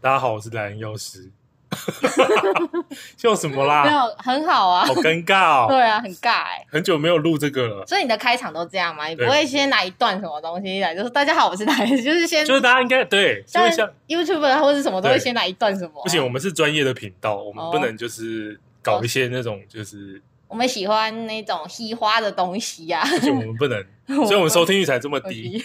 大家好，我是蓝药师。 笑什么没啦？有很好啊好，尴尬哦，对啊，很尬哎、很久没有录这个了。所以你的开场都这样吗？你不对会先拿一段什么东西来，就是大家好，我是来， 就是先就是大家应该对，就像是像 YouTube 或是什么都会对先拿一段什么、啊不行，我，们是专业的频道，我们哦不能就是搞一些那种就是，我们喜欢那种嘻花的东西啊呀、而且我们不能， 所以我们收听率才这么低，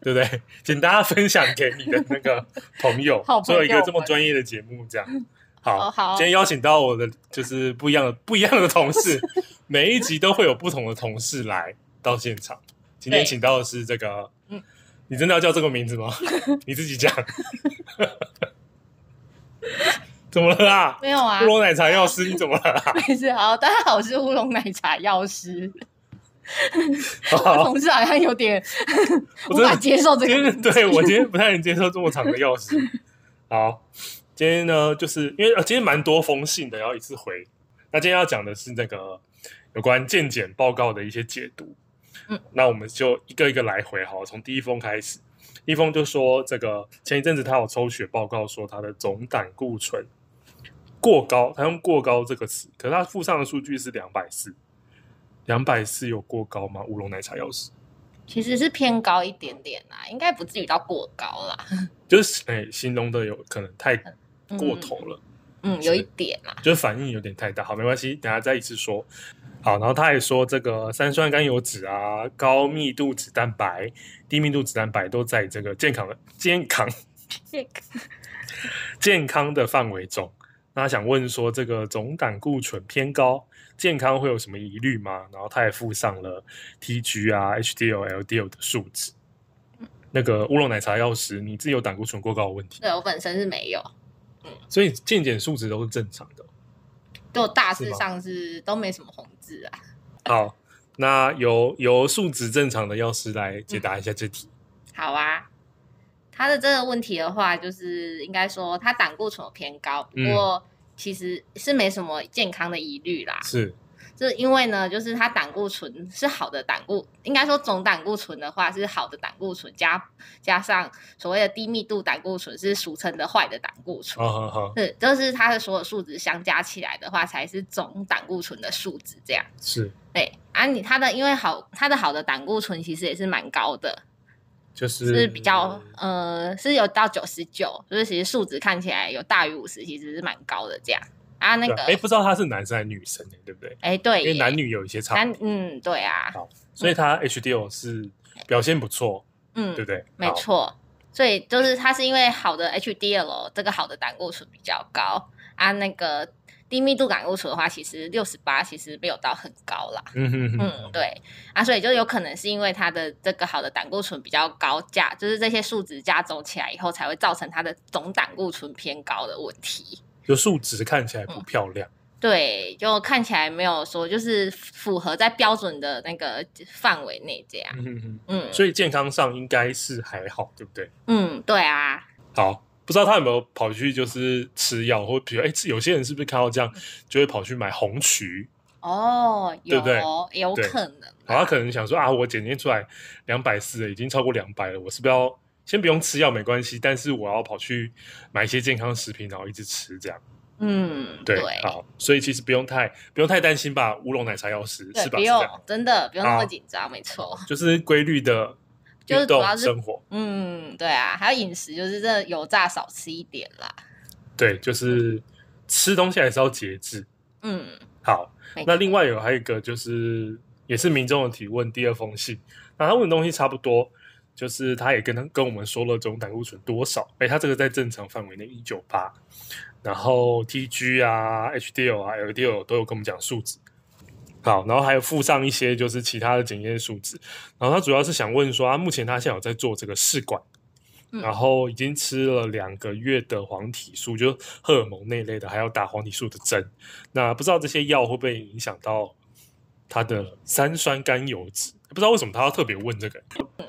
对不对？ 请大家分享给你的那 个朋友好，朋做友一个这么专业的节目，这样好。哦好今天邀请到我的就是不一样的不一样的同 事，每一集都会有不同的同事来到现场。今天对请到的是这个，嗯你真的要叫这个名字 吗？你自己讲。 怎么了 啦？ 没有啊乌，龙奶茶药师，你怎么了啊 啦？没事。好，大家好，我是乌龙奶茶药师。我好同事好像有点我无真的法接受 这今个天名字，对我今天不太能接受这么长的钥 匙。好，今天呢，就是因为、呃、今天蛮多封信的，要一次回。那今天要讲的是那个有关健检报告的一些解读。嗯，那我们就一个一个来回好了，从第一封开始。第一封就说，这个前一阵子他有抽血报告说他的总胆固醇过高，他用过高这个词，可是他附上的数据是两百四，两百四有过高吗？乌龙奶茶钥匙。其实是偏高一点点啦，应该不至于到过高啦，就是哎、形容的有可能太嗯过头了，嗯，有一点啦，就是反应有点太大。好，没关系，等下再一次说。好，然后他也说这个三酸甘油脂啊、高密度脂蛋白、低密度脂蛋白都在这个健康的健康 健康的范围中。那他想问说，这个总胆固醇偏高，健康会有什么疑虑吗？然后他也附上了 TG 啊、HDL、LDL 的数值。那个乌龙奶茶药师，你自己有胆固醇过高的问题，对我本身是没有，所以健检数值都是正常的。就大是致吗上是都没什么红字啊。 好，那由由数值正常的药师来解答一下这题。好啊，他的这个问题的话，就是应该说他胆固醇有偏高，不过其实是没什么健康的疑虑啦。是，就是因为呢，就是它胆固醇是好的胆固，应该说总胆固醇的话是好的胆固醇加加上所谓的低密度胆固醇是俗称的坏的胆固醇。好好好，是，就是它的所有数值相加起来的话，才是总胆固醇的数值。这样，是，对啊你，它的因为好，它的好的胆固醇其实也是蛮高的，就是是比较呃是有到九十九，就是其实数值看起来有大于五十，其实是蛮高的这样啊。那对个啊哎、不知道他是男生还是女生、欸对不对？哎、对因耶，为男女有一些差别，男嗯对啊好，所以他 HDL 是表现不错，嗯对不对？没好，错，所以就是它是因为好的 HDL 这个好的胆固醇比较高啊，那个低密度胆固醇的话，其实六十八其实没有到很高啦。嗯哼哼，嗯，对啊，所以就有可能是因为它的这个好的胆固醇比较高价，就是这些数值加总起来以后，才会造成它的总胆固醇偏高的问题。就数值看起来嗯不漂亮，对，就看起来没有说就是符合在标准的那个范围内这样。嗯哼哼，嗯所以健康上应该是还好，对不对？嗯，对啊，好，不知道他有没有跑去就是吃药，或比如哎、吃有些人是不是看到这样就会跑去买红曲？哦，对有不对有对可能然后他可能想说啊，我检验出来两百四了，已经超过两百了，我是不是要先不用吃药没关系，但是我要跑去买一些健康食品，然后一直吃这样。嗯，对，对，好，所以其实不用太不用太担心吧，乌龙奶茶要吃对是吧？不是这样，啊用，真的不用那好么紧张，没错。就是规律的就是运主动要是生活，嗯，对啊，还有饮食，就是真的油炸少吃一点啦。对，就是吃东西还是要节制。嗯，好，没那错另外有还有一个就是，也是民众的提问，第二封信，那他问的东西差不多，就是他也跟他跟我们说了总胆固醇多少，哎，他这个在正常范围内一九八，然后 TG 啊、HDL 啊、LDL 都有跟我们讲数值。好，然后还有附上一些就是其他的检验数值，然后他主要是想问说，啊，目前他现在有在做这个试管，嗯然后已经吃了两个月的黄体素，就荷尔蒙那类的，还要打黄体素的针，那不知道这些药会不会影响到他的三酸甘油脂？不知道为什么他要特别问这个。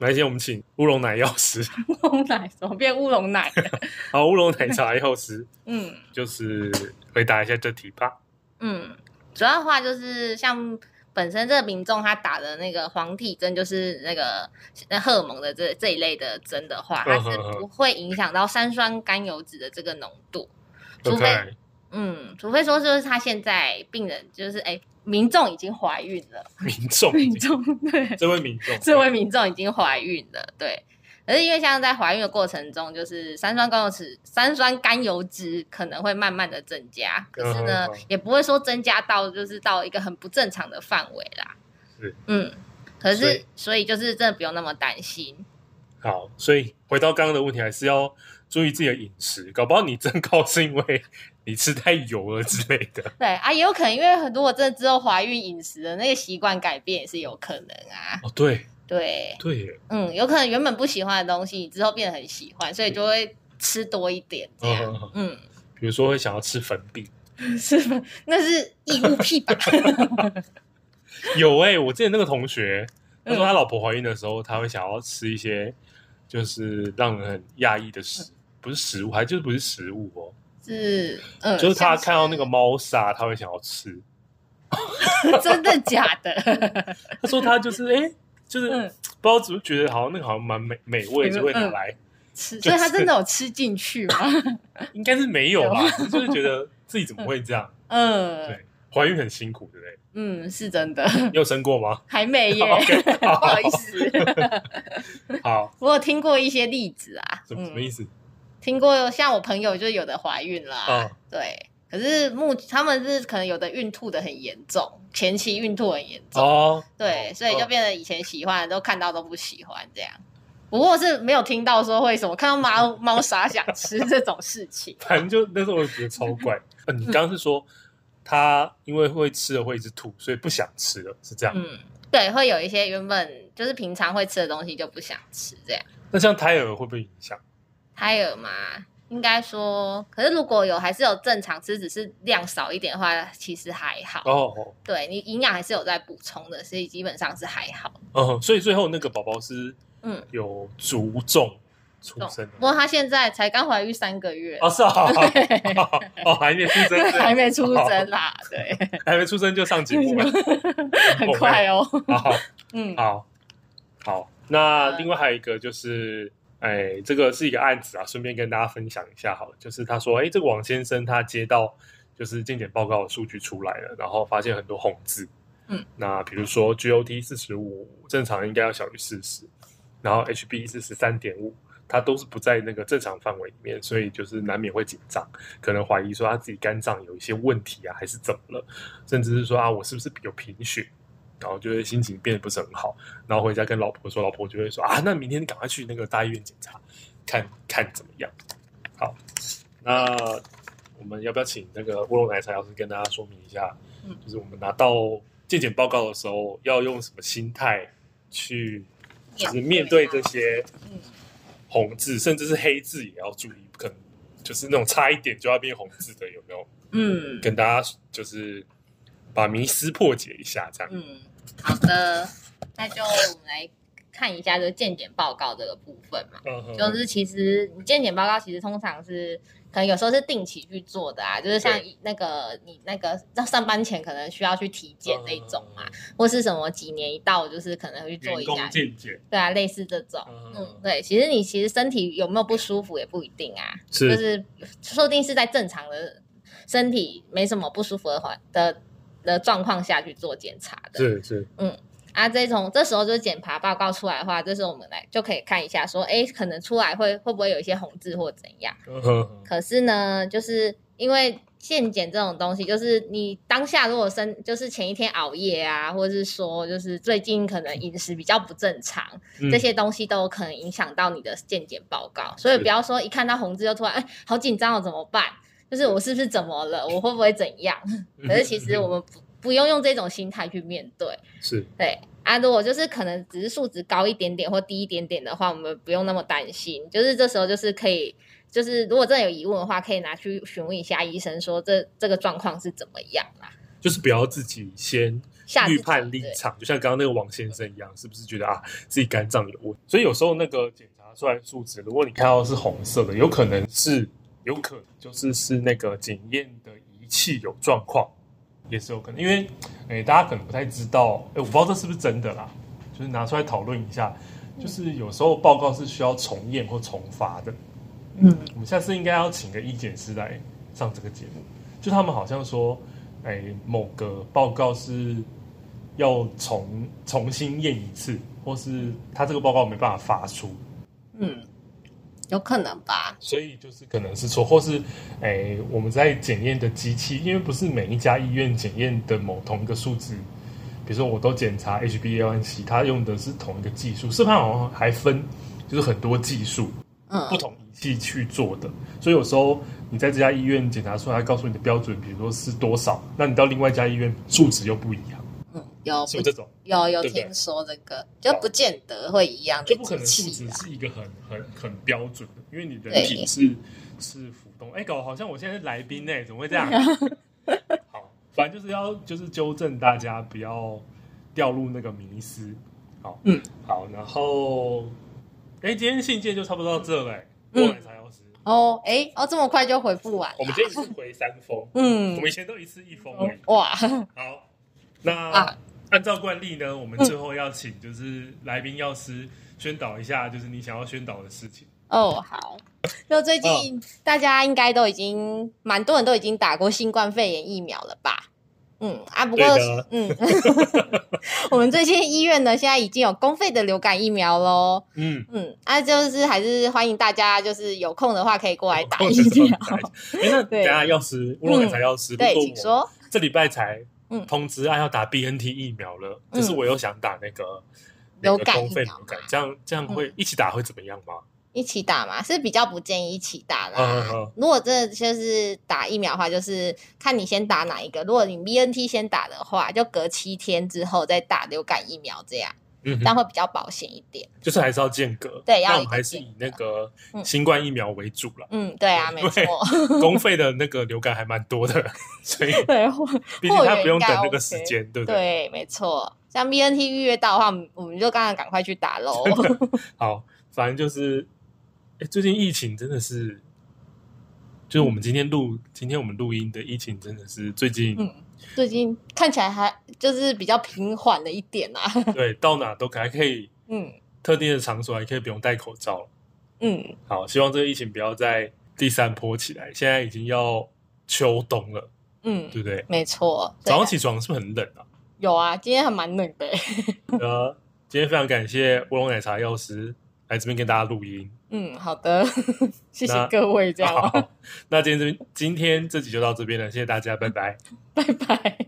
来，先我们请乌龙奶药师， 乌龙奶怎么变乌龙奶了？好，乌龙奶茶药师嗯就是回答一下这题吧。嗯，主要的话就是像。本身这个民众他打的那个黄体针，就是那个那荷尔蒙的这这一类的针的话，它嗯是嗯嗯不会影响到三酸甘油脂的这个浓度，除非 OK，嗯，除非说就是他现在病人就是哎、民众已经怀孕了， 民众，民众对，这位民众， 这位民众已经怀孕了，对。可是因为像在怀孕的过程中，就是三酸甘油脂、三酸甘油脂可能会慢慢的增加，可是呢，嗯嗯嗯也不会说增加到就是到一个很不正常的范围啦。是嗯，可是所所以以就是真的不用那么担心。好，所以回到刚刚的问题，还是要注意自己的饮食，搞不好你增高是因为你吃太油了之类的。对啊，也有可能因为如果真的之后怀孕饮食的那个习惯改变也是有可能啊。哦，对对，对耶，嗯，有可能原本不喜欢的东西，你之后变得很喜欢，所以就会吃多一点这样。嗯，嗯，比如说会想要吃粉饼，是吧？那是异物癖吧？有哎、我之前那个同学，他说嗯他老婆怀孕的时候，他会想要吃一些就是让人很讶异的食，不是食物，还就是不是食物哦，是，嗯，就是他像看到那个猫砂，他会想要吃。真的假的？ 他说他就是哎、就是、嗯不知道怎么觉得好像那个好像蛮美美味，嗯就会拿嗯来。吃，就所以他是真的有吃进去吗？应该是没有吧，就是觉得自己怎么会这样？嗯对，怀孕很辛苦，对不对？嗯，是真的，你有生过 吗？还没耶， OK，不好好意思， 好，我有听过一些例子啊，什么什么意思？思？听过像我朋友就有的怀孕啦，啊，对，可是目他们是可能有的孕吐的很严重，前期孕吐很严重，哦，对，哦所以就哦，变得以前喜欢的都看到都不喜欢这样。不过是没有听到说会什么看到猫猫傻想吃这种事情 反正就那时候我觉得超怪。呃，你刚刚是说他因为会吃了会一直吐，所以不想吃了，是这样？嗯，对，会有一些原本就是平常会吃的东西就不想吃这样。那像胎儿会不会影响？胎儿嘛，应该说，可是如果有还是有正常吃，只是量少一点的话，其实还好。哦哦对你营养还是有在补充的，所以基本上是还好。哦，所以最后那个宝宝是嗯，有足重出生不的过她现在才刚怀孕三个月，哦，是啊，哦，还没出生， 还没出好生啦，对， 还没出生就上节目 了，很快 哦。好。嗯，好，好，那呃另外还有一个就是，哎，这个是一个案子啊，顺便跟大家分享一下好了。就是他说，哎，这个王先生他接到就是健检报告的数据出来了，然后发现很多红字，嗯，那比如说 GOT 四十五，正常应该要小于四十，然后 HB 是十三点五。他都是不在那个正常范围里面，所以就是难免会紧张，可能怀疑说他自己肝脏有一些问题啊，还是怎么了，甚至是说啊，我是不是有贫血？然后就会心情变得不是很好，然后回家跟老婆说，老婆就会说啊，那明天你赶快去那个大医院检查，看看怎么样。好，那我们要不要请那个乌龙奶茶老师跟大家说明一下，嗯就是我们拿到健检报告的时候，要用什么心态去，就是面对这些嗯红字，甚至是黑字也要注意，不可能就是那种差一点就要变红字的，有没有？嗯跟大家就是把迷思破解一下，这样。嗯，好的，那就我们来看一下这个健检报告这个部分嘛。嗯就是其实你健检报告其实通常是可能有时候是定期去做的啊，就是像对那个你那个上上班前可能需要去体检那种嘛，或是什么几年一到就是可能会去嗯做员一工下，见解，对啊，类似这种。嗯嗯，，对，其实你其实身体有没有不舒服也不一定啊，就是是说不定是在正常的身体没什么不舒服的话的的状况下去做检查的。是是，啊，这种这时候就是检查报告出来的话，这时候我们来就可以看一下说，诶，可能出来会会不会有一些红字或怎样。嗯可是呢，就是因为健检这种东西，就是你当下如果身就是前一天熬夜啊，或者是说就是最近可能饮食比较不正常，嗯这些东西都有可能影响到你的健检报告。所以是不要说一看到红字就突然哎、好紧张哦，怎么办？就是我是不是怎么了？我会不会怎样？嗯可是其实我们不不用用这种心态去面对。嗯是对啊，如果就是可能只是数值高一点点或低一点点的话，我们不用那么担心。就是这时候就是可以，就是如果真的有疑问的话，可以拿去询问一下医生，说这这个状况是怎么样啦。就是不要自己先下次预判立场，就像刚刚那个王先生一样，是不是觉得啊自己肝脏有问题？所以有时候那个检查出来的数值，如果你看到是红色的，有可能是有可能就是是那个检验的仪器有状况，也是有可能，因为诶、大家可能不太知道，诶、我不知道这是不是真的啦，就是拿出来讨论一下。就是有时候报告是需要重验或重发的，嗯，我们下次应该要请个医检师来上这个节目。就他们好像说，哎，某个报告是要重重新验一次，或是他这个报告没办法发出，嗯，有可能吧。所以就是可能是错，或是哎，我们在检验的机器，因为不是每一家医院检验的某同一个数值，比如说我都检查 HbA1c，它用的是同一个技术，是不是它好像还分就是很多技术，嗯不同仪器去做的，所以有时候你在这家医院检查出来，它告诉你的标准，比如说是多少，那你到另外一家医院数值又不一样，嗯，有是不是这种？有有对不对听说这个，就不见得会一样就的不可能数机器啊值啦。是一个很很很标准的，因为你人对体是是浮动。哎、搞得好像我现在是来宾呢、怎么会这 样？好，反正就是要就是纠正大家不要掉入那个迷思。好，嗯，好，然后，哎、今天信件就差不多到这了、哎嗯过来才要吃。哦，哎，哦，这么快就回复完我了啊们。这一次回三封，我嗯们，以前都一次一封而已。哇， 好，那啊按照惯例呢，我们最后要请就是来宾药师宣导一下，就是你想要宣导的事情。哦，好。就最嗯近大家应该都已经蛮多人都已经打过新冠肺炎疫苗了吧？嗯啊，不过对的嗯， 我们这些医院呢，现在已经有公费的流感疫苗喽。嗯，嗯，啊，就是还是欢迎大家，就是有空的话可以过来打我疫就知道你 苗。打疫苗。哎，那等对嗯一下药师，乌龙奶茶药师， 不对，过请我说。这礼拜才嗯通知啊要打 BNT 疫苗了，嗯可是我又想打那个流那个感公费疫苗流感嘛，嗯这样这样会一起打会怎么样吗？一起打嘛，是比较不建议一起打啦。嗯嗯嗯如果真的就是打疫苗的话，就是看你先打哪一个。如果你 BNT 先打的话，就隔七天之后再打流感疫苗，这样嗯这，样会比较保险一点。就是还是要间隔，对要那有我们还是一个以那个嗯新冠疫苗为主了。嗯，对啊，对没因为错， 公费的那个流感还蛮多的， 所以 对或毕竟他不用货源应该等那个时 OK 间，对不对？对，没错。像 BNT 预约到的话，我们我们就刚刚赶快去打 喽。好，反正就是，哎，最近疫情真的是，就是我们今天录，今天我们录音的疫情真的是最近，嗯，最近看起来还就是比较平缓了一点啊。对，到哪都可还可以，嗯特定的场所还可以不用戴口罩。嗯，好，希望这个疫情不要再第三波起来。现在已经要秋冬了，嗯，对不对？没错。对早上起床是不是很冷 啊？有啊，今天还蛮冷的欸。 呃，今天非常感谢乌龙奶茶药师来这边跟大家录音。嗯，好的， 谢那谢各位，这样吧，好，那今天这边今天这集就到这边了，谢谢大家，拜拜。拜拜。